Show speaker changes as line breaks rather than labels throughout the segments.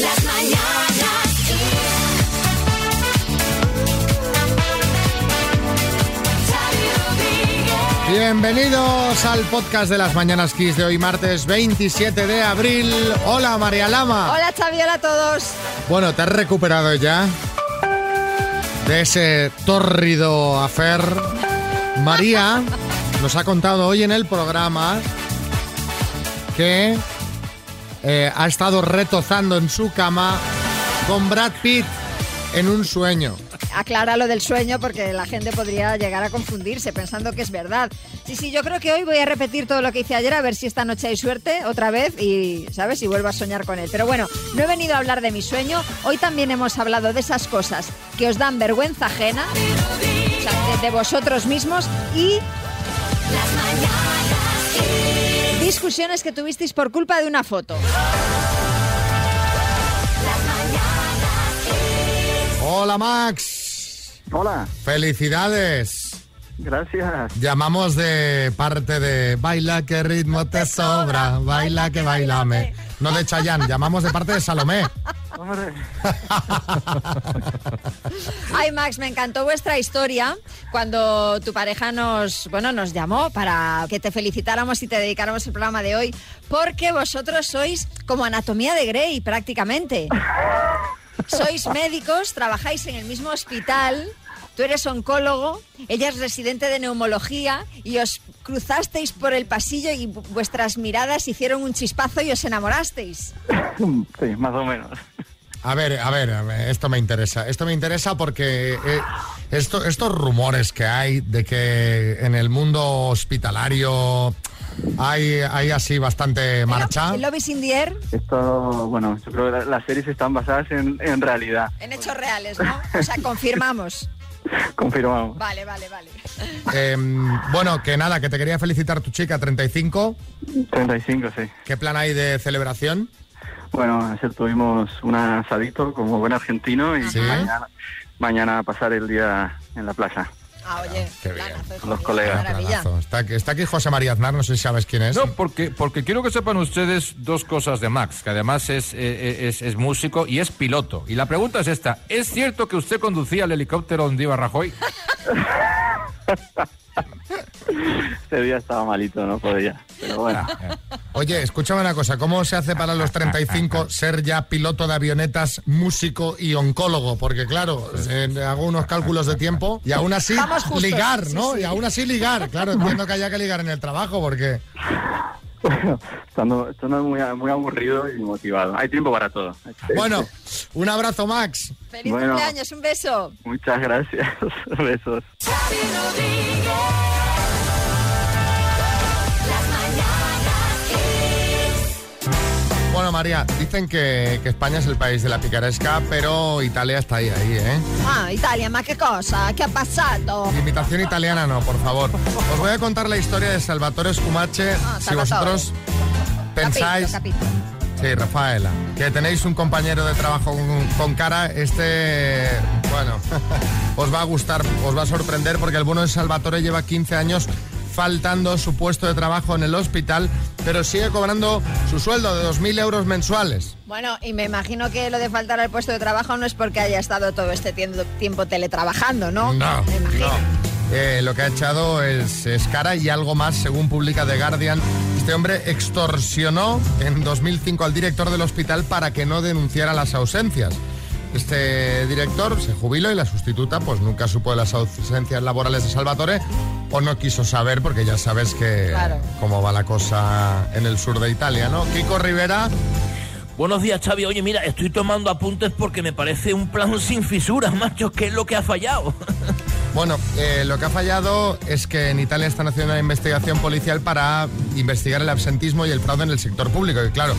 Las mañanas Kiss.
Bienvenidos al podcast de las Mañanas Kiss de hoy martes 27 de abril. Hola María Lama.
Hola Xavi, hola a todos.
Bueno, ¿te has recuperado ya de ese tórrido afer? María nos ha contado hoy en el programa que eh, ha estado retozando en su cama con Brad Pitt en un sueño.
Aclara lo del sueño porque la gente podría llegar a confundirse pensando que es verdad. Sí, sí, yo creo que hoy voy a repetir todo lo que hice ayer a ver si esta noche hay suerte otra vez y, ¿sabes? Y vuelvo a soñar con él. Pero bueno, no he venido a hablar de mi sueño. Hoy también hemos hablado de esas cosas que os dan vergüenza ajena, o sea, de- de vosotros mismos y
Las mañanas Kiss.
discusiones que tuvisteis por culpa de una foto.
Las mañanas Kiss.
Hola Max,
Hola,
felicidades.
gracias.
Llamamos de parte de Baila que ritmo te sobra, baila que bailame. No de Chayanne, llamamos de parte de Salomé.
Hombre,
Ay, Max, me encantó vuestra historia cuando tu pareja nos, bueno, nos llamó para que te felicitáramos y te dedicáramos el programa de hoy, porque vosotros sois como anatomía de Grey prácticamente. Sois médicos, trabajáis en el mismo hospital, tú eres oncólogo, ella es residente de neumología y os cruzasteis por el pasillo y vu- vuestras miradas hicieron un chispazo y os enamorasteis.
sí, más o menos.
A ver, a ver, a ver, esto me interesa. Esto me interesa porque eh, esto, estos rumores que hay de que en el mundo hospitalario hay, hay así bastante marcha.
El Love is in the air,
Esto, bueno, yo creo que la- las series están basadas en, en realidad,
en hechos reales, ¿no? O sea, confirmamos.
confirmamos.
Vale, vale, vale.
Eh, bueno, que nada, que te quería felicitar tu chica 35.
35, sí.
¿Qué plan hay de celebración?
Bueno, ayer tuvimos un asadito como buen argentino y
Sí.
mañana, mañana a pasar el día en la playa.
Ah, oye,
Qué
planazo,
bien.
hijo
Los
mío,
colegas.
qué Maravilla.
Planazo. Está, aquí- está aquí José María Aznar, no sé si sabes quién es.
No, porque, porque quiero que sepan ustedes dos cosas de Max, que además es, eh, es, es músico y es piloto. Y la pregunta es esta, ¿es cierto que usted conducía el helicóptero donde iba Rajoy?
Este día estaba malito, no podía. Pero bueno,
Ah. Oye, escúchame una cosa, ¿cómo se hace para los 35 ser ya piloto de avionetas, músico y oncólogo? Porque claro, eh, hago unos cálculos de tiempo y aún así
Vamos justos,
ligar,
sí,
¿no?
sí.
Y aún así ligar, claro, entiendo que haya que ligar en el trabajo porque...
bueno estando, estando muy, muy aburrido y motivado. Hay tiempo para todo.
Bueno, un abrazo Max.
Feliz
Bueno.
cumpleaños, un beso.
Muchas gracias. Besos.
Xavi Rodríguez. Las mañanas Kiss.
Bueno María, dicen que, que España es el país de la picaresca, pero Italia está ahí, ahí, ¿eh?
Ah, Italia, ma che cosa? Che ha passato?
Imitación italiana no, por favor. Os voy a contar la historia de Salvatore Scumache,
Ah,
si
Salvatore.
vosotros pensáis...
Capito, capito.
Sí, Rafaela. Que tenéis un compañero de trabajo con, con cara, este, bueno, os va a gustar, os va a sorprender porque el bueno de Salvatore lleva 15 años faltando su puesto de trabajo en el hospital, pero sigue cobrando su sueldo de 2.000 euros mensuales.
Bueno, y me imagino que lo de faltar al puesto de trabajo no es porque haya estado todo este tiendo- tiempo teletrabajando, ¿no?
No,
Me imagino.
no. Eh, lo que ha echado es, es cara y algo más, según publica The Guardian. Este hombre extorsionó en 2005 al director del hospital para que no denunciara las ausencias. Este director se jubiló y la sustituta pues nunca supo de las ausencias laborales de Salvatore o no quiso saber porque ya sabes que
Claro.
cómo va la cosa en el sur de Italia, ¿no? Kiko Rivera,
Buenos días, Xavi. Oye, mira, estoy tomando apuntes porque me parece un plan sin fisuras, macho. ¿Qué es lo que ha fallado?
Bueno, eh, lo que ha fallado es que en Italia están haciendo una investigación policial para investigar el absentismo y el fraude en el sector público. Y claro,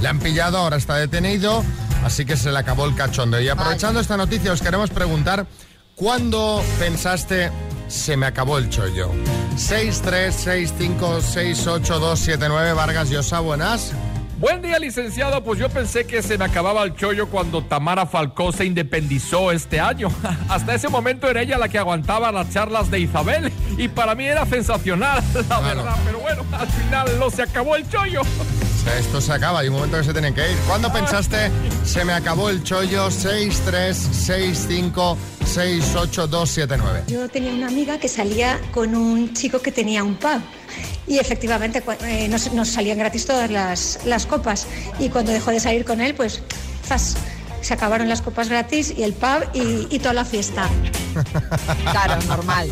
le han pillado, ahora está detenido, así que se le acabó el cachondo. Y aprovechando esta noticia, os queremos preguntar, ¿cuándo pensaste se me acabó el chollo? 636568279 Vargas Llosa, buenas.
Buen día, licenciado. Pues yo pensé que se me acababa el chollo cuando Tamara Falcó se independizó este año. Hasta ese momento era ella la que aguantaba las charlas de Isabel y para mí era sensacional, la
Claro.
verdad. Pero bueno, al final no se acabó el chollo.
O sea, esto se acaba, hay un momento que se tienen que ir. ¿Cuándo pensaste se me acabó el chollo 636568279?
Yo tenía una amiga que salía con un chico que tenía un pub y efectivamente cu- eh, nos, nos salían gratis todas las, las copas y cuando dejó de salir con él pues zas, se acabaron las copas gratis y el pub y, y toda la fiesta.
Claro, normal.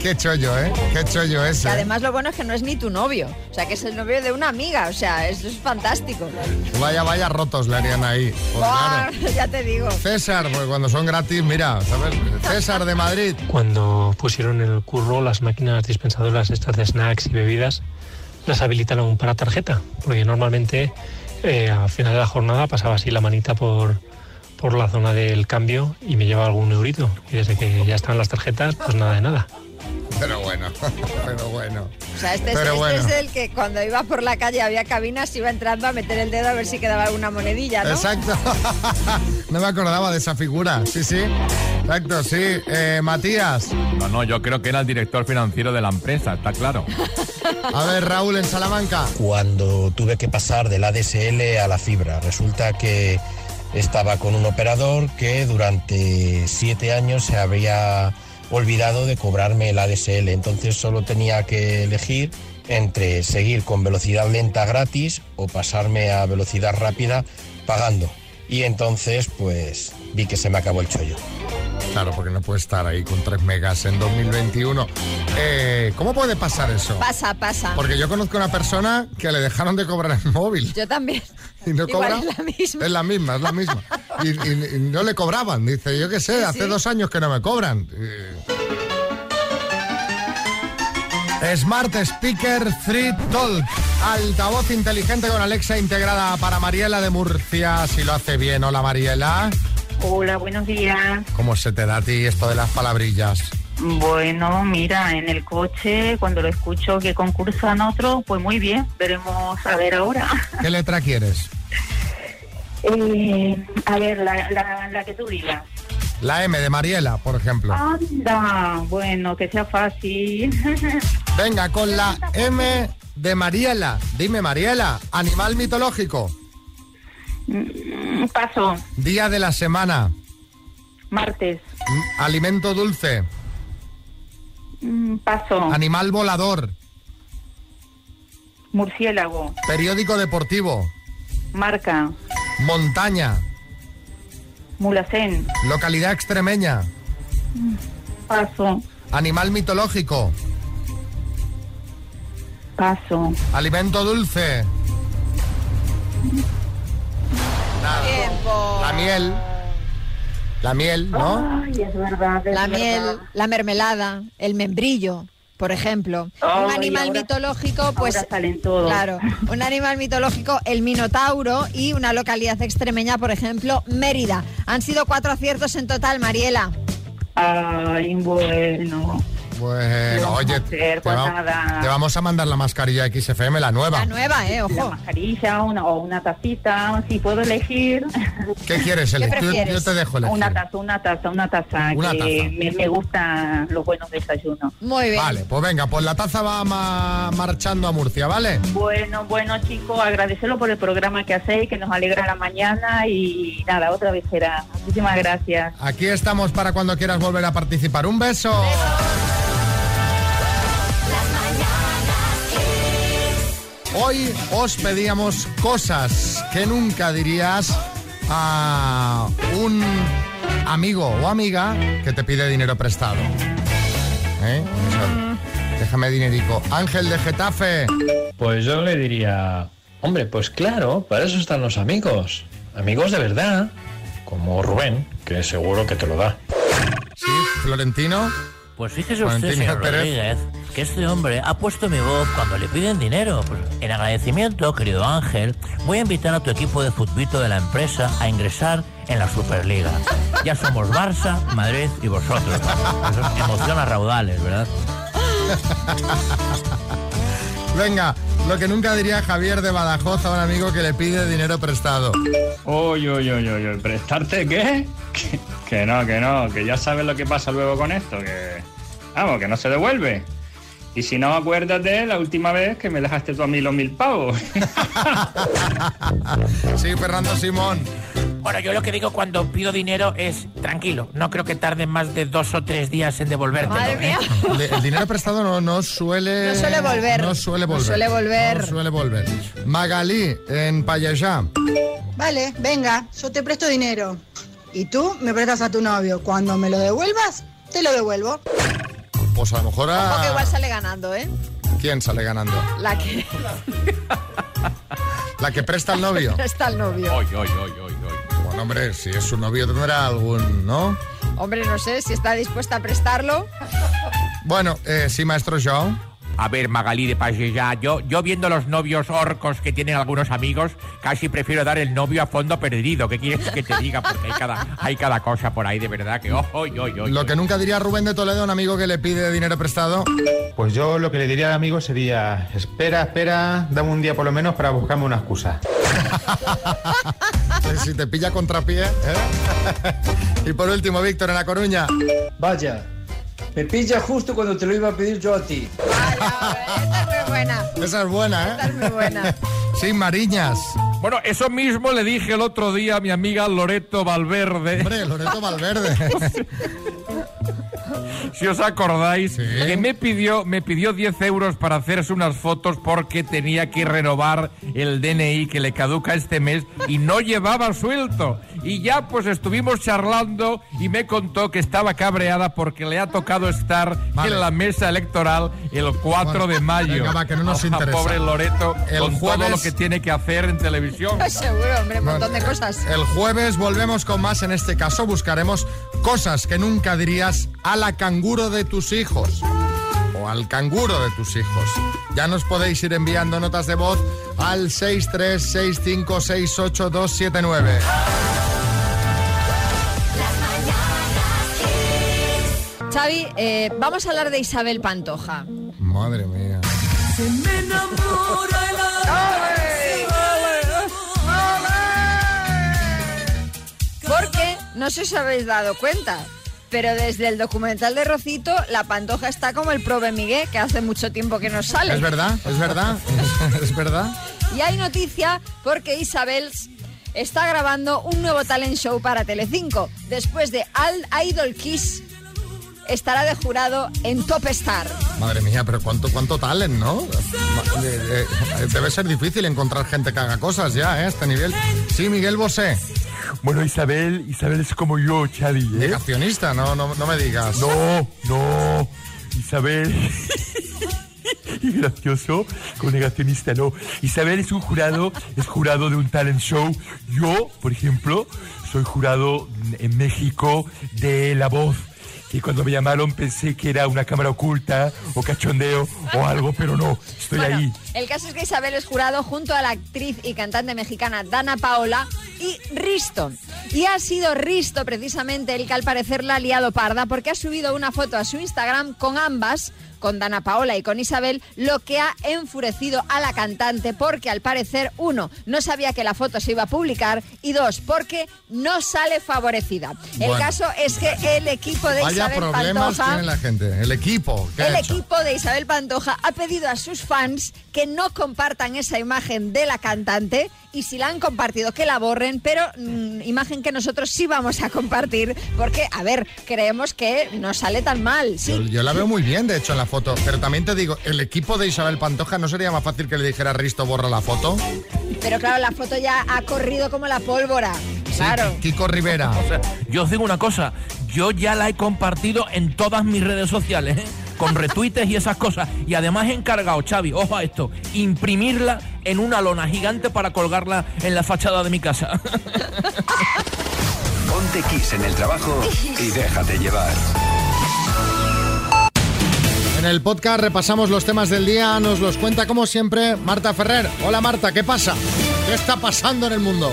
Qué chollo, ¿eh? Qué chollo
Y
ese.
además lo bueno es que no es ni tu novio, o sea, que es el novio de una amiga, o sea, eso es fantástico.
Vaya, vaya rotos le harían ahí. Pues
Buah,
claro.
Ah, Ya te digo.
César, pues cuando son gratis, mira, ¿sabes? César de Madrid.
Cuando pusieron en el curro las máquinas dispensadoras estas de snacks y bebidas, las habilitaron para tarjeta, porque normalmente eh, al final de la jornada pasaba así la manita por, por la zona del cambio y me llevaba algún eurito. Y desde que ya están las tarjetas, pues nada de nada.
Pero bueno, pero bueno.
O sea, este, es,
Pero
este
bueno.
es el que cuando iba por la calle había cabinas, iba entrando a meter el dedo a ver si quedaba alguna monedilla, ¿no?
Exacto. No me acordaba de esa figura. Sí, sí. Exacto, sí. Eh, Matías.
No, no, yo creo que era el director financiero de la empresa, está claro.
A ver, Raúl en Salamanca.
cuando tuve que pasar del ADSL a la fibra. Resulta que estaba con un operador que durante siete años se había olvidado de cobrarme el ADSL. Entonces solo tenía que elegir entre seguir con velocidad lenta gratis o pasarme a velocidad rápida pagando. Y entonces pues vi que se me acabó el chollo.
Claro, porque no puede estar ahí con 3 megas en 2021. Eh, ¿Cómo puede pasar eso?
Pasa, pasa.
Porque yo conozco una persona que le dejaron de cobrar el móvil.
Yo también.
Y no
Igual
cobra.
es la misma.
Es la misma, es la misma. Y, y- y no le cobraban. Dice, yo qué sé, hace dos años que no me cobran. Eh. Smart Speaker 3 Talk. Altavoz inteligente con Alexa integrada para Mariela de Murcia. Si lo hace bien. Hola, Mariela.
Hola, buenos días.
¿Cómo se te da a ti esto de las palabrillas?
Bueno, mira, en el coche, cuando lo escucho que concursan otros, pues muy bien, veremos a ver ahora.
¿Qué letra quieres?
Eh, a ver, la, la, la que tú digas.
La M de Mariela, por ejemplo.
Anda, bueno, que sea fácil.
Venga, con la M de Mariela. Dime, Mariela, animal mitológico.
Mm, Paso,
Día de la semana.
martes.
Mm, Alimento dulce.
Mm, Paso,
Animal volador.
murciélago,
Periódico deportivo.
marca,
Montaña.
mulacén,
Localidad extremeña.
paso,
Animal mitológico.
paso.
Alimento dulce. Nada.
Tiempo.
La miel. La miel, ¿no?
Ay, es verdad. es
La
verdad.
miel, la mermelada, el membrillo, por ejemplo.
Ay,
un animal
ahora-
mitológico, pues.
ahora salen todos.
Claro. Un animal mitológico, el minotauro, y una localidad extremeña, por ejemplo, Mérida. Han sido cuatro aciertos en total, Mariela.
Ay, bueno.
Bueno,
vamos a
oye,
hacer?
te, va-
Pues nada.
te vamos a mandar la mascarilla XFM, la nueva.
La nueva, ¿eh?
La
Ojo.
mascarilla una, o una tacita, si puedo elegir.
¿Qué quieres, Ele? Tú-
prefieres?
Yo te dejo elegir.
Una taza, una taza, una taza,
Una
que
taza.
Me, me gustan los buenos desayunos.
Muy bien.
Vale, pues venga, pues la taza va ma- marchando a Murcia, ¿vale?
Bueno, bueno chicos, agradecerlo por el programa que hacéis, que nos alegra la mañana y nada, otra vez será. Muchísimas gracias.
Aquí estamos para cuando quieras volver a participar. Un beso.
Las mañanas Kiss.
Hoy os pedíamos cosas que nunca dirías a un amigo o amiga que te pide dinero prestado. ¿Eh? O sea, déjame dinerico. Ángel de Getafe.
Pues yo le diría, hombre, pues claro, para eso están los amigos. Amigos de verdad, como Rubén, que seguro que te lo da.
Sí, Florentino.
Pues fíjese
Valentín
usted, señor
Pérez.
Rodríguez, que este hombre ha puesto mi voz cuando le piden dinero. Pues, en agradecimiento, querido Ángel, voy a invitar a tu equipo de futbito de la empresa a ingresar en la Superliga. Ya somos Barça, Madrid y vosotros. Eso emociona raudales, ¿verdad?
Venga, lo que nunca diría Javier de Badajoz a un amigo que le pide dinero prestado.
Oye, oye, oye, oye, ¿prestarte qué? Que, que no, que no, que ya sabes lo que pasa luego con esto, que... Vamos, que no se devuelve.
Y si no, acuérdate la última vez que me dejaste tú a mí los mil pavos.
sí, Fernando Simón.
Bueno, yo lo que digo cuando pido dinero es tranquilo, no creo que tarde más de dos o tres días en devolverte.
Madre mía.
El, ¿eh? el dinero prestado no, no suele...
No suele volver.
No suele
No
volver.
suele volver.
No suele volver. Magalí, en Payasá.
Vale, venga, yo te presto dinero. Y tú me prestas a tu novio. Cuando me lo devuelvas, te lo devuelvo.
Pues a lo mejor a...
Ojo que igual sale ganando, ¿eh?
¿Quién sale ganando?
La que
La que presta al novio.
está el novio.
Bueno, hombre, si es su novio tendrá algún, ¿no?
Hombre, no sé si está dispuesta a prestarlo.
Bueno, eh, sí, maestro Joao.
A ver, Magalí de Pasella, yo, yo viendo los novios orcos que tienen algunos amigos, casi prefiero dar el novio a fondo perdido. ¿Qué quieres que te diga? Porque hay cada, hay cada cosa por ahí de verdad que... ojo, oy, oy, oy,
Lo
oy.
que nunca diría Rubén de Toledo a un amigo que le pide dinero prestado.
Pues yo lo que le diría al amigo sería, espera, espera, dame un día por lo menos para buscarme una excusa.
Eh, si te pilla contrapié. ¿eh? y por último, Víctor, en La Coruña.
Vaya, me pilla justo cuando te lo iba a pedir yo a ti.
Esa es buena.
Esa es buena, ¿eh? Esa
es muy buena.
Sí, Mariñas.
Bueno, eso mismo le dije el otro día a mi amiga Loreto Valverde.
Hombre, Loreto Valverde.
si os acordáis, que me pidió, me pidió 10 euros para hacerse unas fotos porque tenía que renovar el DNI que le caduca este mes y no llevaba suelto. Y ya pues estuvimos charlando y me contó que estaba cabreada porque le ha tocado estar en la mesa electoral el 4 de mayo.
Venga, va, que no nos
A- a
interesa.
Pobre Loreto,
El
con todo lo
jueves-
que tiene que hacer en televisión.
Seguro, hombre, un montón de cosas.
El jueves volvemos con más. En este caso, buscaremos cosas que nunca dirías a la canguro de tus hijos. O al canguro de tus hijos. Ya nos podéis ir enviando notas de voz al 636568279.
Xavi, eh, vamos a hablar de Isabel Pantoja.
Madre mía.
Porque, no sé si os habéis dado cuenta, pero desde el documental de Rocito, la Pantoja está como el prove Miguel, que hace mucho tiempo que no sale.
Es verdad, es verdad, es verdad.
Y hay noticia porque Isabel está grabando un nuevo talent show para Telecinco. Después de Al Idol Kiss, estará de jurado en Top Star.
Madre mía, pero cuánto, cuánto talent, ¿no? Ma- eh, eh, Debe ser difícil encontrar gente que haga cosas ya, ¿eh? A este nivel. Sí, Miguel Bosé.
Bueno, Isabel, Isabel es como yo, Xavi, ¿eh?
Negacionista, no, no, no me digas.
No, no, Isabel. Y gracioso, con negacionista no. Isabel es un jurado, es jurado de un talent show. Yo, por ejemplo, soy jurado en México de La Voz. Y cuando me llamaron pensé que era una cámara oculta o cachondeo o algo, pero no, estoy
Bueno,
ahí.
El caso es que Isabel es jurado junto a la actriz y cantante mexicana Dana Paola y Risto. Y ha sido Risto precisamente el que al parecer la ha liado parda porque ha subido una foto a su Instagram con ambas, con Dana Paola y con Isabel, lo que ha enfurecido a la cantante porque al parecer, uno, no sabía que la foto se iba a publicar y dos, porque no sale favorecida.
Bueno.
El caso es que el equipo de
Vaya
Isabel
problemas
Pantoja...
tiene la gente. El equipo. ¿qué ha
El
hecho?
equipo de Isabel Pantoja ha pedido a sus fans que no compartan esa imagen de la cantante y si la han compartido que la borren, pero mm, imagen que nosotros sí vamos a compartir porque, a ver, creemos que no sale tan mal.
Yo,
Sí,
yo la veo muy bien, de hecho, en la foto. Pero también te digo, el equipo de Isabel Pantoja, ¿no sería más fácil que le dijera Risto borra la foto?
pero claro, la foto ya ha corrido como la pólvora. Claro.
Kiko Rivera.
Yo os digo una cosa, yo ya la he compartido en todas mis redes sociales, ¿eh? con retweets y esas cosas. Y además he encargado, Xavi, ojo a esto, imprimirla en una lona gigante para colgarla en la fachada de mi casa.
Ponte Kiss en el trabajo y déjate llevar.
En el podcast repasamos los temas del día, nos los cuenta como siempre Marta Ferrer. Hola Marta, ¿qué pasa? ¿Qué está pasando en el mundo?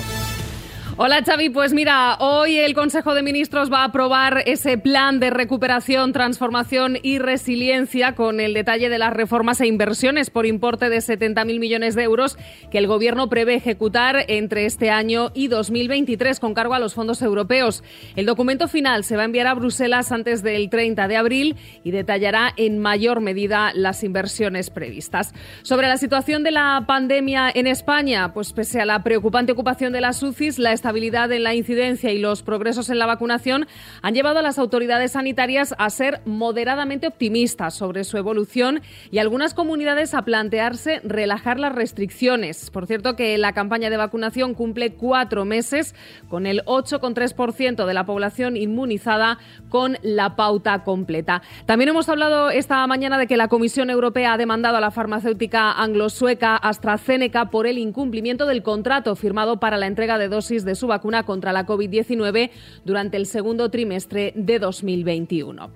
Hola Xavi, pues mira, hoy el Consejo de Ministros va a aprobar ese plan de recuperación, transformación y resiliencia con el detalle de las reformas e inversiones por importe de 70.000 millones de euros que el Gobierno prevé ejecutar entre este año y 2023 con cargo a los fondos europeos. El documento final se va a enviar a Bruselas antes del 30 de abril y detallará en mayor medida las inversiones previstas. Sobre la situación de la pandemia en España, pues pese a la preocupante ocupación de las UCIs, la estabilidad en la incidencia y los progresos en la vacunación han llevado a las autoridades sanitarias a ser moderadamente optimistas sobre su evolución y algunas comunidades a plantearse relajar las restricciones. Por cierto, que la campaña de vacunación cumple cuatro meses con el 8,3% de la población inmunizada con la pauta completa. También hemos hablado esta mañana de que la Comisión Europea ha demandado a la farmacéutica anglosueca AstraZeneca por el incumplimiento del contrato firmado para la entrega de dosis de su vacuna contra la COVID-19 durante el segundo trimestre de 2021.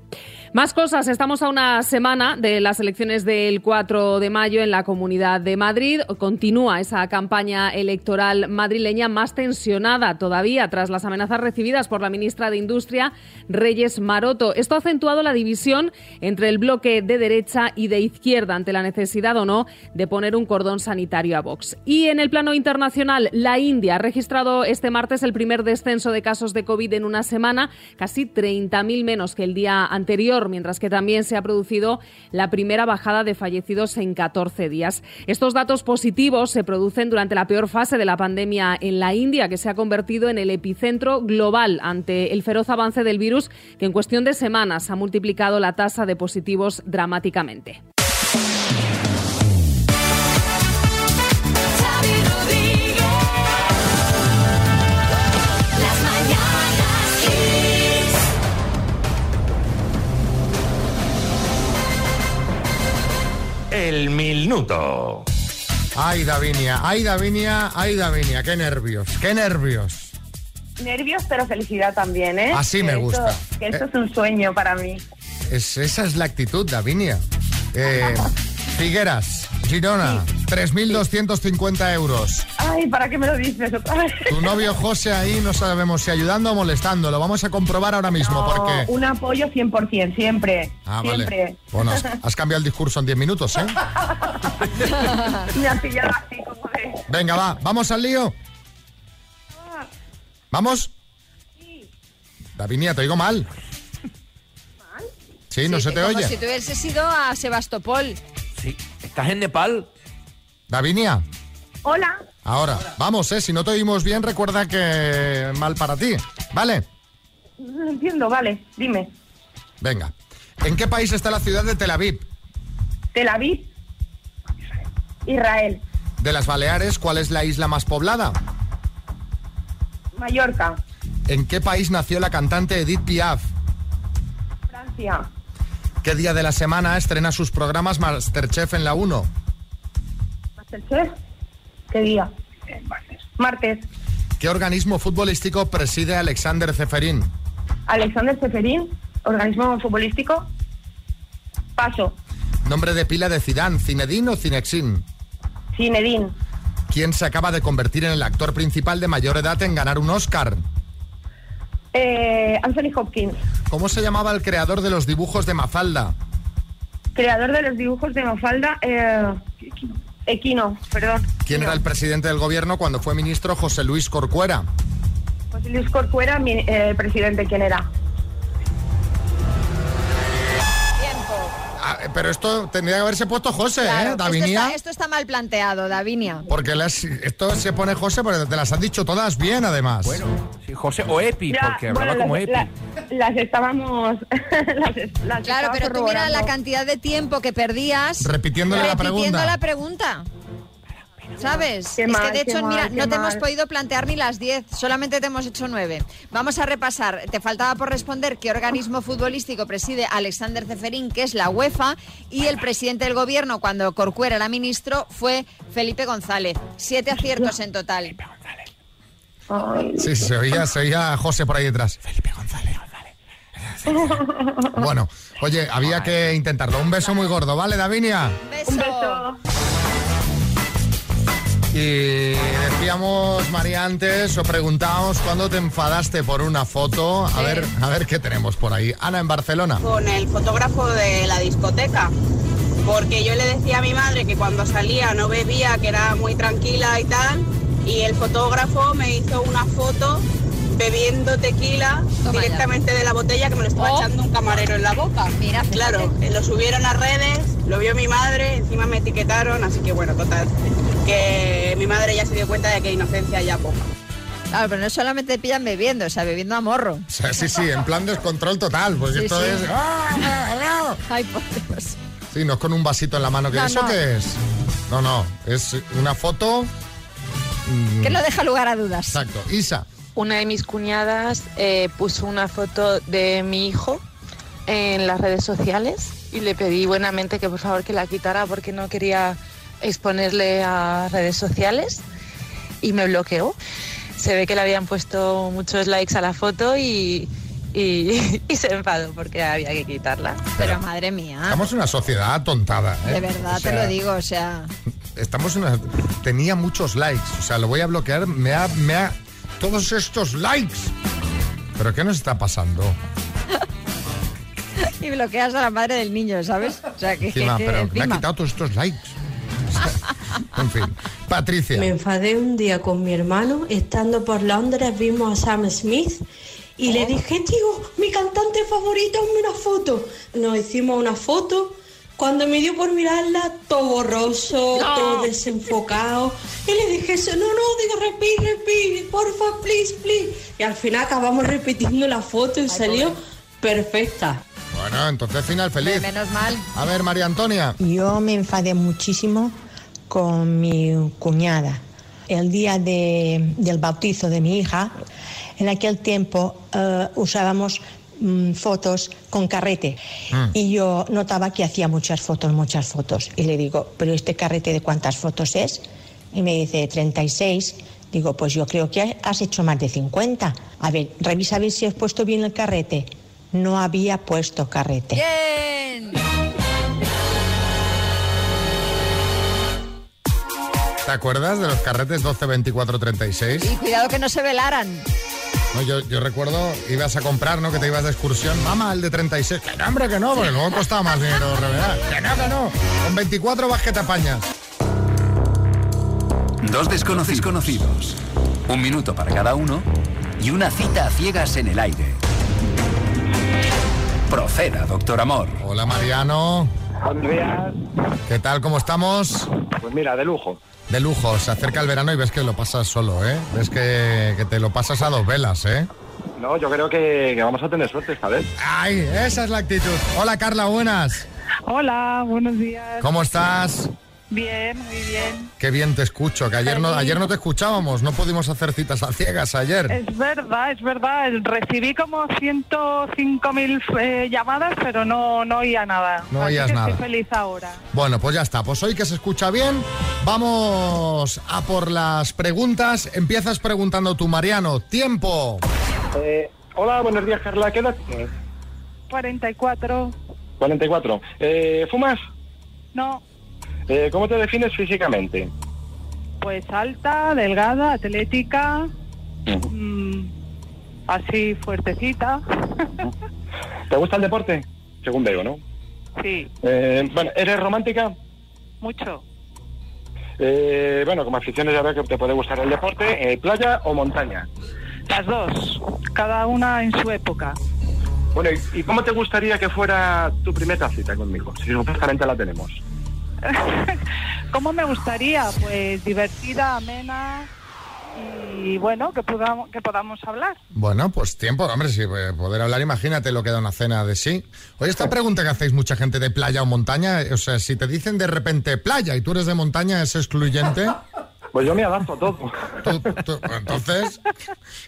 Más cosas, estamos a una semana de las elecciones del 4 de mayo en la Comunidad de Madrid. Continúa esa campaña electoral madrileña más tensionada todavía tras las amenazas recibidas por la ministra de Industria, Reyes Maroto. Esto ha acentuado la división entre el bloque de derecha y de izquierda ante la necesidad o no de poner un cordón sanitario a Vox. Y en el plano internacional, la India ha registrado este martes el primer descenso de casos de COVID en una semana, casi 30.000 menos que el día anterior, mientras que también se ha producido la primera bajada de fallecidos en 14 días. Estos datos positivos se producen durante la peor fase de la pandemia en la India, que se ha convertido en el epicentro global ante el feroz avance del virus, que en cuestión de semanas ha multiplicado la tasa de positivos dramáticamente.
Xavi Rodríguez. Las mañanas Kiss.
El minuto. Ay, Davinia, ay, Davinia, ay, Davinia, qué nervios, qué nervios.
Nervios, pero felicidad también, ¿eh?
Así me
Que esto-
gusta. Eh.
que esto es un sueño para mí.
Es- esa es la actitud, Davinia. Eh, Figueras, Girona, 3.250 euros.
Ay, ¿para qué me lo dices otra vez?
Tu novio José ahí no sabemos si ayudando o molestando, lo vamos a comprobar ahora mismo porque...
Oh, Un apoyo 100%, siempre.
Ah, vale.
siempre.
Bueno, has, has cambiado el discurso en 10 minutos, ¿eh?
Me has pillado así.
Venga, va, vamos al lío. ¿Vamos? Davinia, te oigo mal. Sí, no se te
Como
oye.
si te hubieses ido a Sebastopol.
¿Estás en Nepal? Davinia,
Hola.
ahora, vamos, ¿eh? Si no te oímos bien, recuerda que mal para ti, ¿vale?
No entiendo, vale, dime.
Venga. ¿En qué país está la ciudad de Tel Aviv?
Tel Aviv. Israel.
De las Baleares, ¿cuál es la isla más poblada?
Mallorca.
¿En qué país nació la cantante Edith Piaf?
Francia.
¿Qué día de la semana estrena sus programas Masterchef en la 1?
Masterchef. ¿Qué día? Martes.
¿Qué organismo futbolístico preside Alexander Zeferín?
Alexander Seferín. Organismo futbolístico. Paso.
Nombre de pila de Zidane, Zinedine o Cinexin.
Cinedín.
¿Quién se acaba de convertir en el actor principal de mayor edad en ganar un Oscar?
Eh, Anthony Hopkins.
¿Cómo se llamaba el creador de los dibujos de Mafalda?
Creador de los dibujos de Mafalda. eh, Equino, perdón.
¿Quién era el presidente del gobierno cuando fue ministro José Luis Corcuera?
José Luis Corcuera, mi, eh, presidente, ¿quién era?
Ah, eh, pero esto tendría que haberse puesto José,
Claro,
¿eh?
esto,
Davinia.
está, esto está mal planteado, Davinia.
Porque las- esto se pone José, pero te las han dicho todas bien, además. Bueno,
José o Epi,
Ya,
porque hablaba
bueno,
como
las,
Epi.
la- las estábamos. las, es- las
Claro,
estaba
pero tú mira la
corroborando.
cantidad de tiempo que perdías
Repitiéndole la
repitiendo
pregunta.
la pregunta. ¿Sabes?
Qué
es
mal,
que de
qué
hecho,
mal,
mira,
qué
no te hemos
mal.
podido plantear ni las 10, solamente te hemos hecho 9. Vamos a repasar. Te faltaba por responder qué organismo futbolístico preside Alexander Zeferín, que es la UEFA, y el presidente del gobierno, cuando Corcuera era ministro, fue Felipe González. Siete aciertos en total.
Sí, se oía, se oía a José por ahí detrás. Felipe González, González. Bueno, oye, había que intentarlo. Un beso muy gordo, ¿vale, Davinia?
Un beso.
Y decíamos, María, antes, o preguntábamos cuándo te enfadaste por una foto. A ver, a ver qué tenemos por ahí. Ana en Barcelona.
con el fotógrafo de la discoteca, porque yo le decía a mi madre que cuando salía no bebía, que era muy tranquila y tal, y el fotógrafo me hizo una foto bebiendo tequila directamente de la botella que me lo estaba echando un camarero en la boca. Mira, claro, eh, lo subieron a redes, lo vio mi madre, encima me etiquetaron, así que bueno, total, que mi madre ya se dio cuenta de que inocencia ya poca.
Claro, pero no solamente te pillan bebiendo, o sea, bebiendo a morro.
O sea, sí, sí, en plan descontrol total. Pues
Sí,
esto
sí.
es. ¡ah!
Ay, por Dios.
Sí, no es con un vasito en la mano. ¿Qué
No,
eso
no.
qué es? No, no. Es una foto. mm,
Que no deja lugar a dudas.
Exacto. Isa.
Ah.
Una de mis cuñadas eh, puso una foto de mi hijo en las redes sociales y le pedí buenamente que por favor que la quitara porque no quería exponerle a redes sociales y me bloqueó. Se ve que le habían puesto muchos likes a la foto y, y- y se enfadó porque había que quitarla.
Pero madre mía,
Estamos en una sociedad atontada. ¿eh?
de verdad
O sea,
te lo digo, o sea,
Estamos en una. Tenía muchos likes. O sea, lo voy a bloquear. Me ha. Me ha... Todos estos likes. ¿Pero qué nos está pasando?
y bloqueas a la madre del niño, ¿sabes? O sea, que,
Encima,
que- que
pero me ha
encima.
quitado todos estos likes. O sea, en fin. Patricia.
Me enfadé un día con mi hermano, estando por Londres, vimos a Sam Smith y
Oh.
le dije, tío, mi cantante favorito, hazme una foto. Nos hicimos una foto. Cuando me dio por mirarla, todo borroso, todo desenfocado. Y le dije eso, no, no, digo, repite, repite, porfa, please, please. Y al final acabamos repitiendo la foto y salió perfecta.
Bueno, entonces final feliz.
Menos mal.
A ver, María Antonia.
Yo me enfadé muchísimo con mi cuñada. El día de- del bautizo de mi hija, en aquel tiempo eh, usábamos mm, fotos con carrete
Mm.
y yo notaba que hacía muchas fotos, muchas fotos. Y le digo, pero este carrete de cuántas fotos es? Y me dice, 36. Digo, pues yo creo que has hecho más de 50. A ver, revisa a ver si has puesto bien el carrete. No había puesto carrete.
Bien.
¿Te acuerdas de los carretes 12, 24, 36?
Y cuidado que no se velaran.
No, yo, yo recuerdo, ibas a comprar, ¿no? Que te ibas de excursión. Mamá, el de 36. Que no, hombre, que no, porque luego costaba más dinero revelar. Que no, que no. Con 24 vas que te apañas.
Dos desconocidos conocidos. Un minuto para cada uno y una cita a ciegas en el aire. Proceda, doctor Amor.
Hola, Mariano. ¿Qué tal? ¿Cómo estamos?
Pues mira, de lujo.
De lujo. Se acerca el verano y ves que lo pasas solo, ¿eh? Ves que, que te lo pasas a dos velas, ¿eh?
No, yo creo que, que vamos a tener suerte esta vez.
¡Ay! Esa es la actitud. Hola, Carla, buenas.
Hola, buenos días.
¿Cómo estás?
Bien, muy bien.
Qué bien te escucho, que ayer no, ayer no te escuchábamos, no pudimos hacer citas a ciegas ayer.
Es verdad, es verdad. Recibí como 105.000 eh, llamadas, pero no, no oía nada.
No
Así
oías
que
nada.
Estoy feliz ahora.
Bueno, pues ya está, pues hoy que se escucha bien, vamos a por las preguntas. Empiezas preguntando tú, Mariano, tiempo.
Eh, hola, buenos días, Carla. ¿Qué edad tienes?
44.
44. Eh, ¿Fumas?
No,
Eh, ¿Cómo te defines físicamente?
pues alta, delgada, atlética.
Ujú.
mm, así fuertecita.
¿Te gusta el deporte? Según veo, ¿no?
Sí,
Eh, bueno, ¿eres romántica?
mucho.
Eh, bueno, como aficiones ya veo que te puede gustar el deporte. eh, ¿Playa o montaña?
Las dos, cada una en su época.
Bueno, ¿y- ¿y cómo te gustaría que fuera tu primera cita conmigo? Si supuestamente la tenemos.
¿Cómo me gustaría? Pues divertida, amena y bueno, que podamos, que podamos hablar.
Bueno, pues tiempo, hombre, si eh, poder hablar, imagínate lo que da una cena de sí. Oye, esta pregunta que hacéis mucha gente de playa o montaña, o sea, si te dicen de repente playa y tú eres de montaña, ¿es excluyente?
Pues yo me adapto a todo.
entonces,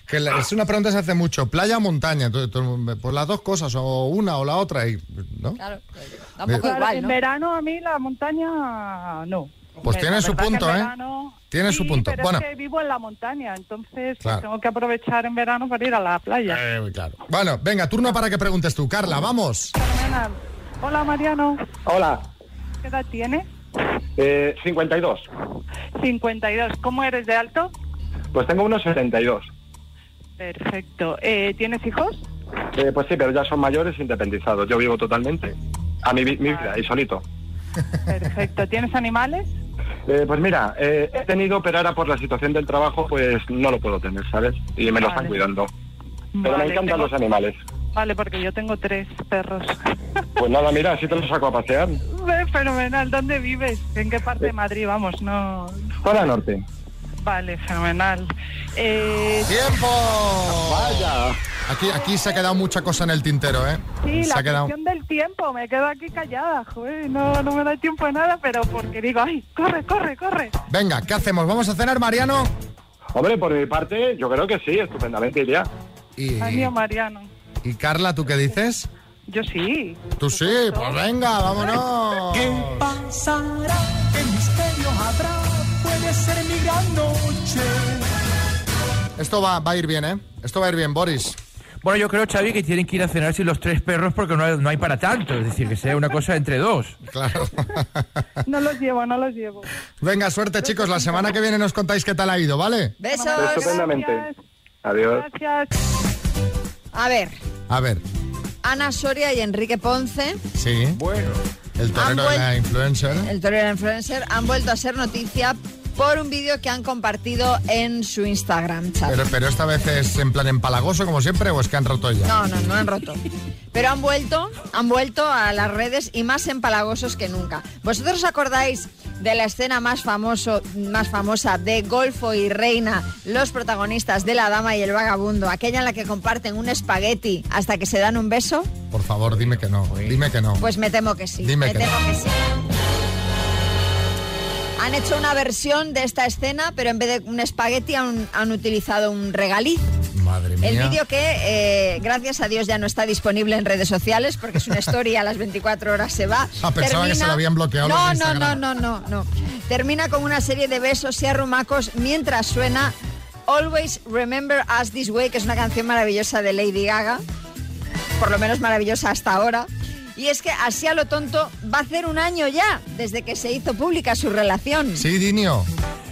que la- es una pregunta que se hace mucho, playa o montaña, Tú- tú- pues las dos cosas, o una o la otra, y, ¿no?
Eh, Claro,
tampoco igual,
en
¿no?
verano a mí la montaña no.
Pues
Me-
tiene
la
su
verdad que
punto,
en
¿eh?
verano-
Tiene
Sí,
su punto.
Pero
Bueno.
es que vivo en la montaña, entonces pues,
Claro.
tengo que aprovechar en verano para ir a la playa.
Eh, claro. Bueno, venga, turno para que preguntes tú, Carla, vamos.
Fenomenal. Hola Mariano,
Hola,
¿qué edad tienes?
Eh, 52.
52. ¿Cómo eres de alto?
Pues tengo unos 72.
Perfecto. Eh, ¿Tienes hijos?
Eh, pues sí, pero ya son mayores independizados. Yo vivo totalmente a mi, vi- mi vida y solito.
Perfecto. ¿Tienes animales?
Eh, pues mira, eh, he tenido, pero ahora por la situación del trabajo, pues no lo puedo tener, ¿sabes? Y me lo están
Vale.
cuidando. Pero
Vale,
me encantan
tengo-
los animales.
Vale, porque yo tengo tres perros.
Pues nada, mira, así te los saco a pasear.
Ve, Fenomenal. ¿Dónde vives? ¿En qué parte de Madrid? Vamos, no.
Zona norte.
Vale, fenomenal. Eh,
¡Tiempo! ¡Vaya! Oh. Aquí, aquí se ha quedado mucha cosa en el tintero, ¿eh?
Sí,
se
la
ha quedado.
cuestión del tiempo, me quedo aquí callada, joder, no, no me da tiempo de nada, pero porque digo, ay, corre, corre, corre.
Venga, ¿qué hacemos? ¿Vamos a cenar, Mariano?
Hombre, por mi parte, yo creo que sí, estupendamente iría.
Y,
Ay, mío, Mariano,
y Carla, ¿tú qué dices?
yo sí.
Tú sí, pues venga, vámonos.
pasará? ¿Qué misterio habrá? Puede ser mi gran noche.
Esto va, va a ir bien, ¿eh? Esto va a ir bien, Boris.
Bueno, yo creo, Xavi, que tienen que ir a cenar si los tres perros porque no hay, no hay para tanto. Es decir, que sea una cosa entre dos.
Claro.
No los llevo, no los llevo.
Venga, suerte, chicos. La semana que viene nos contáis qué tal ha ido, ¿vale?
Besos.
Estupendamente. Adiós.
Gracias.
A ver,
A ver,
Ana Soria y Enrique
¿Eh?
Ponce,
sí. Bueno. El torero de la influencer.
el torero e influencer, han vuelto a ser noticia por un vídeo que han compartido en su Instagram chat.
Pero, pero esta vez es en plan empalagoso, como siempre, o es que han roto ya.
No, no, no han roto. Pero han vuelto, han vuelto a las redes y más empalagosos que nunca. ¿Vosotros os acordáis de la escena más, famoso, más famosa de Golfo y Reina, los protagonistas de La Dama y el Vagabundo, aquella en la que comparten un espagueti hasta que se dan un beso?
Por favor, dime que no. Dime que no.
Pues me temo que sí.
Dime
me
que
temo
no.
que sí. Han hecho una versión de esta escena, pero en vez de un espagueti han, han utilizado un regaliz.
Madre
El
mía.
vídeo que, eh, gracias a Dios, ya no está disponible en redes sociales porque es una historia a las 24 horas se va.
Ah, pensaba que se lo habían bloqueado los
No,
de
no, no,
Instagram.
no, no, no. Termina con una serie de besos y arrumacos mientras suena Always Remember Us This Way, que es una canción maravillosa de Lady Gaga, por lo menos maravillosa hasta ahora. Y es que así a lo tonto va a hacer un año ya desde que se hizo pública su relación.
Sí, Dinio.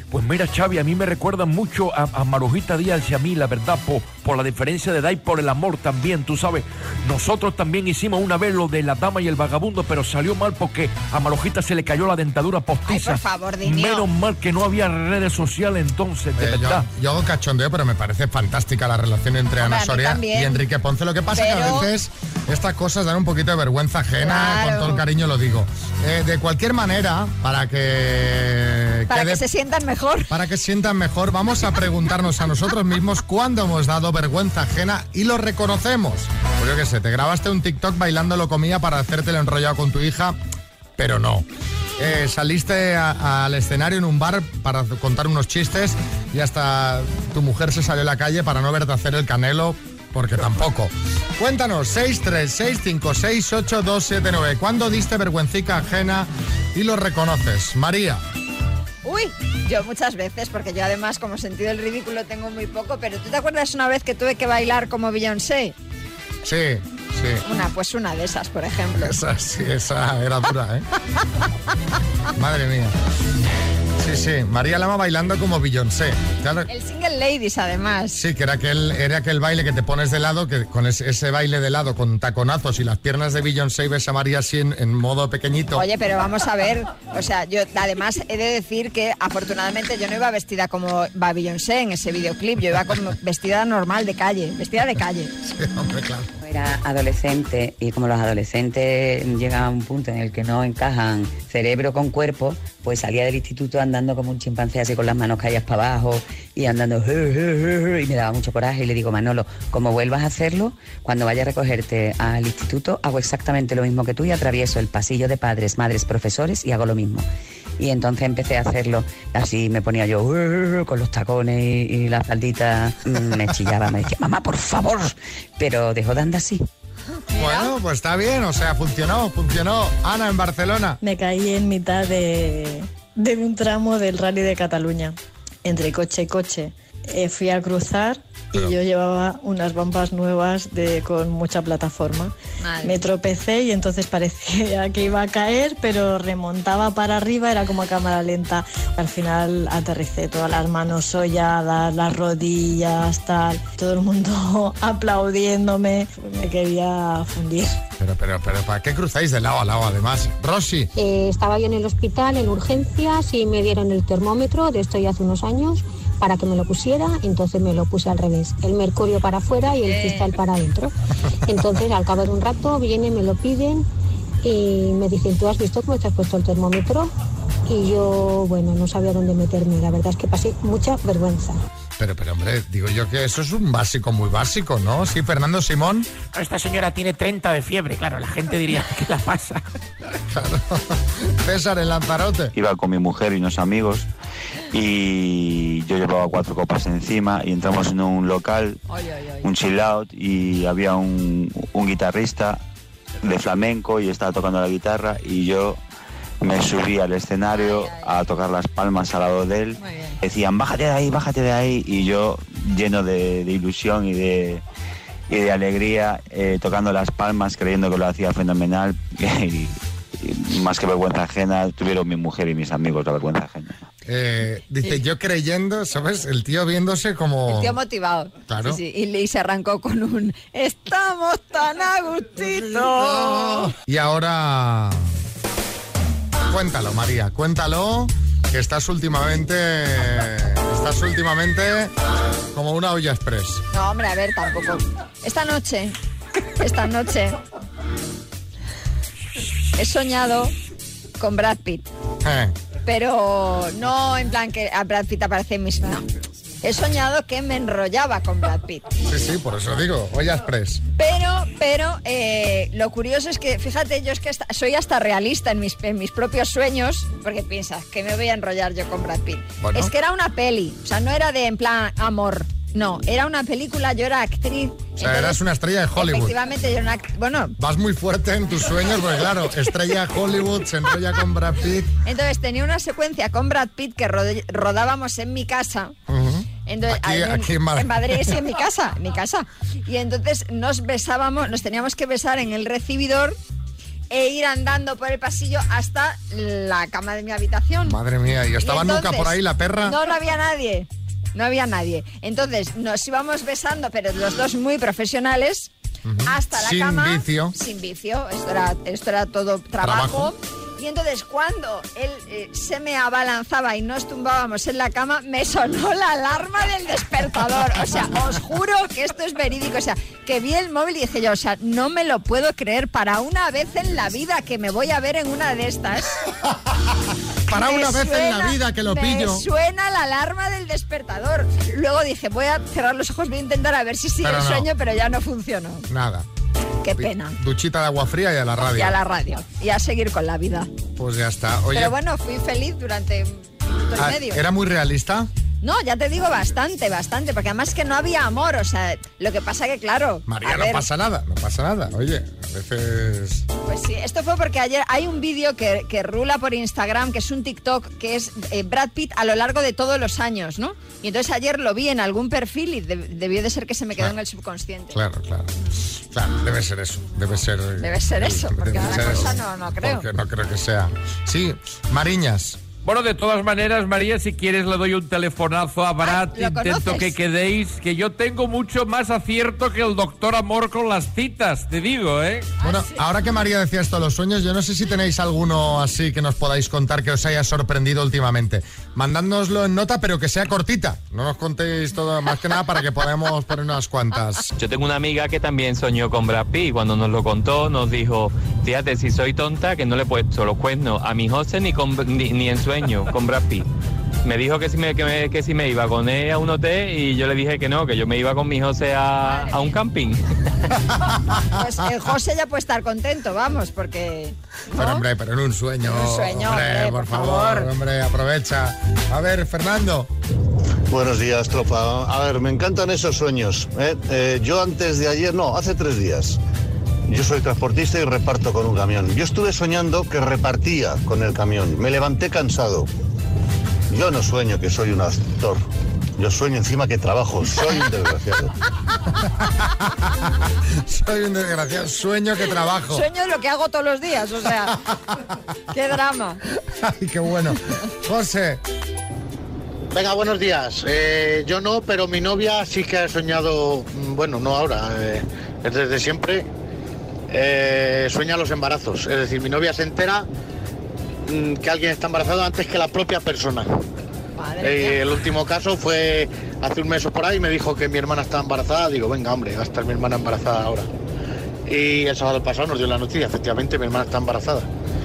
Pues mira, Xavi, a mí me recuerda mucho a, a Marujita Díaz y a mí, la verdad, por, por la diferencia de edad y por el amor también, tú sabes. Nosotros también hicimos una vez lo de la dama y el vagabundo, pero salió mal porque a Marujita se le cayó la dentadura postiza.
Ay, por favor, Dinio.
Menos mal que no había redes sociales entonces, de
Eh, yo,
verdad.
yo hago cachondeo, pero me parece fantástica la relación entre
Hombre, a
Ana
mí
Soria y
también.
Enrique Ponce. Lo que pasa es que
Pero-
a veces estas cosas dan un poquito de vergüenza ajena,
Claro.
con todo el cariño lo digo. Eh, de cualquier manera, para que
Para
quede-
que se sientan mejor.
para que sientan mejor, vamos a preguntarnos a nosotros mismos cuándo hemos dado vergüenza ajena y lo reconocemos. Pues yo qué sé, te grabaste un TikTok bailando lo comía para hacértelo enrollado con tu hija, pero no. Eh, saliste a- al escenario en un bar para contar unos chistes y hasta tu mujer se salió a la calle para no verte hacer el canelo, porque tampoco. Cuéntanos, 636568279, ¿cuándo diste vergüencica ajena y lo reconoces? María.
Uy, yo muchas veces, porque yo además como sentido del ridículo tengo muy poco, pero ¿tú te acuerdas una vez que tuve que bailar como Beyoncé?
Sí, sí.
Una, pues una de esas, por ejemplo.
Esa sí, esa era dura, ¿eh? Madre mía. Sí, sí, María Lama bailando como Beyoncé. Claro,
El single ladies, además.
sí, que era aquel, era aquel baile que te pones de lado, que con ese, ese baile de lado, con taconazos y las piernas de Beyoncé, y ves a María así en, en modo pequeñito.
Oye, pero vamos a ver, o sea, yo además he de decir que afortunadamente yo no iba vestida como va Beyoncé en ese videoclip, yo iba como vestida normal de calle, vestida de calle.
Hombre, claro.
Era adolescente y como los adolescentes llegan a un punto en el que no encajan cerebro con cuerpo, pues salía del instituto andando como un chimpancé así con las manos caídas para abajo y andando y me daba mucho coraje y le digo, Manolo, como vuelvas a hacerlo, cuando vaya a recogerte al instituto hago exactamente lo mismo que tú y atravieso el pasillo de padres, madres, profesores y hago lo mismo. Y entonces empecé a hacerlo, así me ponía yo "Uh", con los tacones y, y la faldita, Mm, me chillaba, me decía, mamá, por favor, pero dejó de andar así.
Bueno, pues está bien, o sea, funcionó, funcionó. Ana en Barcelona.
Me caí en mitad de, de un tramo del rally de Cataluña, entre coche y coche. eh, fui a cruzar y yo llevaba unas bombas nuevas de, con mucha plataforma.
Madre.
Me tropecé y entonces parecía que iba a caer, pero remontaba para arriba, era como a cámara lenta. Al final aterricé todas las manos holladas, las rodillas, tal. Todo el mundo aplaudiéndome. Me quería fundir.
Pero, pero, pero, ¿para qué cruzáis de lado a lado además? Rosy.
Eh, estaba yo en el hospital en urgencias y me dieron el termómetro de esto ya hace unos años para que me lo pusiera, entonces me lo puse al revés, el mercurio para afuera y el cristal para adentro. Entonces al cabo de un rato vienen, me lo piden y me dicen, ¿tú has visto cómo te has puesto el termómetro? Y yo, bueno, no sabía dónde meterme, la verdad es que pasé mucha vergüenza.
Pero, pero, hombre, digo yo que eso es un básico muy básico, ¿no? Sí, Fernando Simón.
Esta señora tiene 30 de fiebre, claro, la gente diría que la pasa.
César en Lanzarote.
Iba con mi mujer y unos amigos y yo llevaba cuatro copas encima y entramos en un local, un chill out y había un, un guitarrista de flamenco y estaba tocando la guitarra y yo me subí al escenario a tocar las palmas al lado de él. Decían, bájate de ahí, bájate de ahí y yo lleno de, de ilusión y de... y de alegría, eh, tocando las palmas, creyendo que lo hacía fenomenal. y- y más que vergüenza ajena, tuvieron mi mujer y mis amigos la vergüenza ajena.
Eh, dice, yo creyendo, ¿sabes? El tío viéndose como...
El tío motivado.
Claro.
Sí, sí. Y, le- y se arrancó con un Estamos tan a gustito.
Y ahora... Cuéntalo, María, cuéntalo, que estás últimamente... Estás últimamente como una olla express.
No, hombre, a ver, tampoco. Esta noche, esta noche, he soñado con Brad Pitt,
Eh,
pero no en plan que a Brad Pitt aparece en mis... No. He soñado que me enrollaba con Brad Pitt.
sí, sí, por eso digo, olla express.
Pero, pero, eh, lo curioso es que, fíjate, yo es que hasta- soy hasta realista en mis, en mis propios sueños, porque piensas que me voy a enrollar yo con Brad Pitt.
Bueno.
Es que era una peli, o sea, no era de en plan amor, no, era una película, yo era actriz.
O sea, eras una estrella de Hollywood.
Efectivamente, yo era una act- Bueno,
Vas muy fuerte en tus sueños, porque claro, estrella de Hollywood, se enrolla con Brad Pitt.
entonces tenía una secuencia con Brad Pitt que rode- rodábamos en mi casa.
Ujú.
Entonces,
Aquí-
en,
aquí en Madrid.
en Madrid, sí, en mi casa, en mi casa. Y entonces nos besábamos, nos teníamos que besar en el recibidor e ir andando por el pasillo hasta la cama de mi habitación.
Madre mía, ¿y estaba nunca
entonces,
por ahí la perra?
No, no había nadie. No había nadie. Entonces nos íbamos besando, pero los dos muy profesionales, hasta la
Sin
cama.
vicio.
Sin vicio. Esto era, esto era todo trabajo.
Trabajo.
Y entonces cuando él eh, se me abalanzaba y nos tumbábamos en la cama, me sonó la alarma del despertador. O sea, os juro que esto es verídico. O sea, que vi el móvil y dije yo, o sea, no me lo puedo creer para una vez en la vida que me voy a ver en una de estas.
Para
Me
una vez en la vida que lo
me
pillo.
Suena la alarma del despertador. Luego dije, voy a cerrar los ojos, voy a intentar a ver si sigue
Pero
el
no.
sueño, pero ya no funcionó.
Nada.
Qué pena.
Duchita de agua fría y a la radio.
Y a la radio. Y a seguir con la vida.
Pues ya está. Oye,
Pero bueno, fui feliz durante un minuto y
ah,
medio.
¿era muy realista?
No, ya te digo bastante, bastante, porque además que no había amor, o sea, lo que pasa que claro.
María,
a
no
ver,
pasa nada, no pasa nada. Oye, a veces...
Pues sí, esto fue porque ayer hay un vídeo que, que rula por Instagram, que es un TikTok, que es eh, Brad Pitt a lo largo de todos los años, ¿no? Y entonces ayer lo vi en algún perfil y de- debió de ser que se me quedó en el subconsciente.
Claro, claro. Claro, debe ser eso. Debe ser...
Debe ser eso, porque
debe
otra
ser
cosa
eso.
no- no creo.
Porque no creo que sea. Sí, Mariñas.
Bueno, de todas maneras, María, si quieres le doy un telefonazo a Brad,
¿lo
intento
conoces?
que quedéis, que yo tengo mucho más acierto que el doctor Amor con las citas, te digo, ¿eh?
Ah,
Bueno, ahora que María decía esto de los sueños, yo no sé si tenéis alguno así que nos podáis contar que os haya sorprendido últimamente. Mandádnoslo en nota, pero que sea cortita. No nos contéis todo, más que nada para que podamos poner unas cuantas.
Yo tengo una amiga que también soñó con Brad Pitt y cuando nos lo contó nos dijo, fíjate, si soy tonta, que no le he puesto los cuernos a mi José ni, con- ni, ni en sueño con Brad Pitt. Me dijo que si me, que me- que si me iba con él a un hotel y yo le dije que no, que yo me iba con mi José a, a un camping.
Pues el José ya puede estar contento, vamos, porque...
Pero hombre, pero en un sueño.
En un sueño, hombre,
por
por
favor,
favor.
hombre, aprovecha. A ver, Fernando.
Buenos días, tropa. A ver, me encantan esos sueños. ¿eh? Eh, yo antes de ayer, no, hace tres días. Yo soy transportista y reparto con un camión. Yo estuve soñando que repartía con el camión. Me levanté cansado. Yo no sueño que soy un actor. Yo sueño encima que trabajo. Soy un desgraciado.
Soy un desgraciado. Sueño que trabajo.
Sueño lo que hago todos los días, o sea, qué drama.
Ay, qué bueno. José.
Venga, buenos días. Eh, yo no, pero mi novia sí que ha soñado, mm, bueno, no ahora, eh, es desde siempre, eh, sueña los embarazos. Es decir, mi novia se entera mm, que alguien está embarazado antes que la propia persona. Eh, el último caso fue hace un mes o por ahí, me dijo que mi hermana estaba embarazada. Digo, venga, hombre, va a estar mi hermana embarazada ahora. Y el sábado pasado nos dio la noticia, efectivamente, mi hermana está embarazada.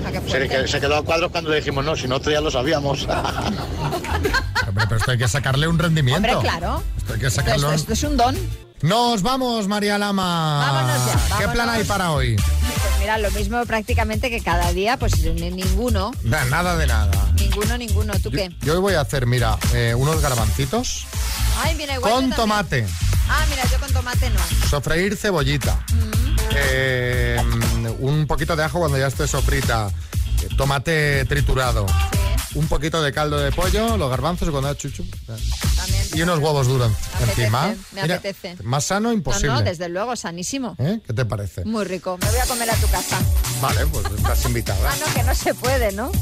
Ah,
Se, que- se quedó a cuadros cuando le dijimos, no, si no, ya lo sabíamos.
Hombre, pero esto hay que sacarle un rendimiento.
Hombre, claro.
Esto hay que
Esto,
sacarle un-
esto es un don.
Nos vamos, María Lama.
Vámonos ya,
¿Qué
vámonos.
plan hay para hoy?
Pues mira, lo mismo prácticamente que cada día, pues ni- ninguno,
Na- Nada de nada.
ninguno, ninguno. ¿Tú qué?
Yo hoy voy a hacer, mira, eh, unos garbancitos
Ay, mira, igual.
con
yo también.
tomate.
Ah, mira, yo con tomate no.
Sofreír cebollita.
Mm.
Eh, mm, un poquito de ajo cuando ya esté sofrita. eh, Tomate triturado. Un poquito de caldo de pollo, los garbanzos cuando da chuchu. eh, Y unos huevos duros encima.
Me
Mira,
apetece.
más sano imposible.
No, Mm. no, desde luego, sanísimo.
¿Eh? ¿Qué te parece?
Muy rico. Me voy a comer a tu casa.
Vale, pues estás invitada.
Ah, no, que no se puede, ¿no?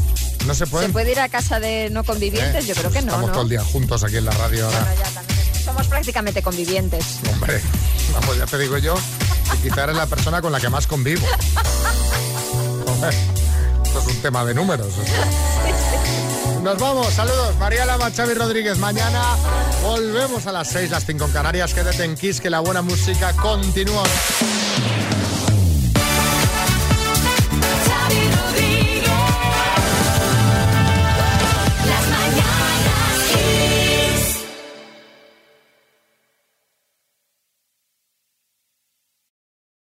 No se puede.
¿Se puede ir a casa de no convivientes?
¿Eh?
Yo creo que no,
Estamos
¿no?
todo el día juntos aquí en la radio ahora.
Somos prácticamente convivientes.
Hombre, vamos, ya te digo yo, que quizá eres la persona con la que más convivo. Hombre, esto es un tema de números. o sea. Nos vamos, saludos, María Lama, Xavi Rodríguez. Mañana volvemos a las 6, las 5 en Canarias. Quédate en Kiss, que la buena música continúa.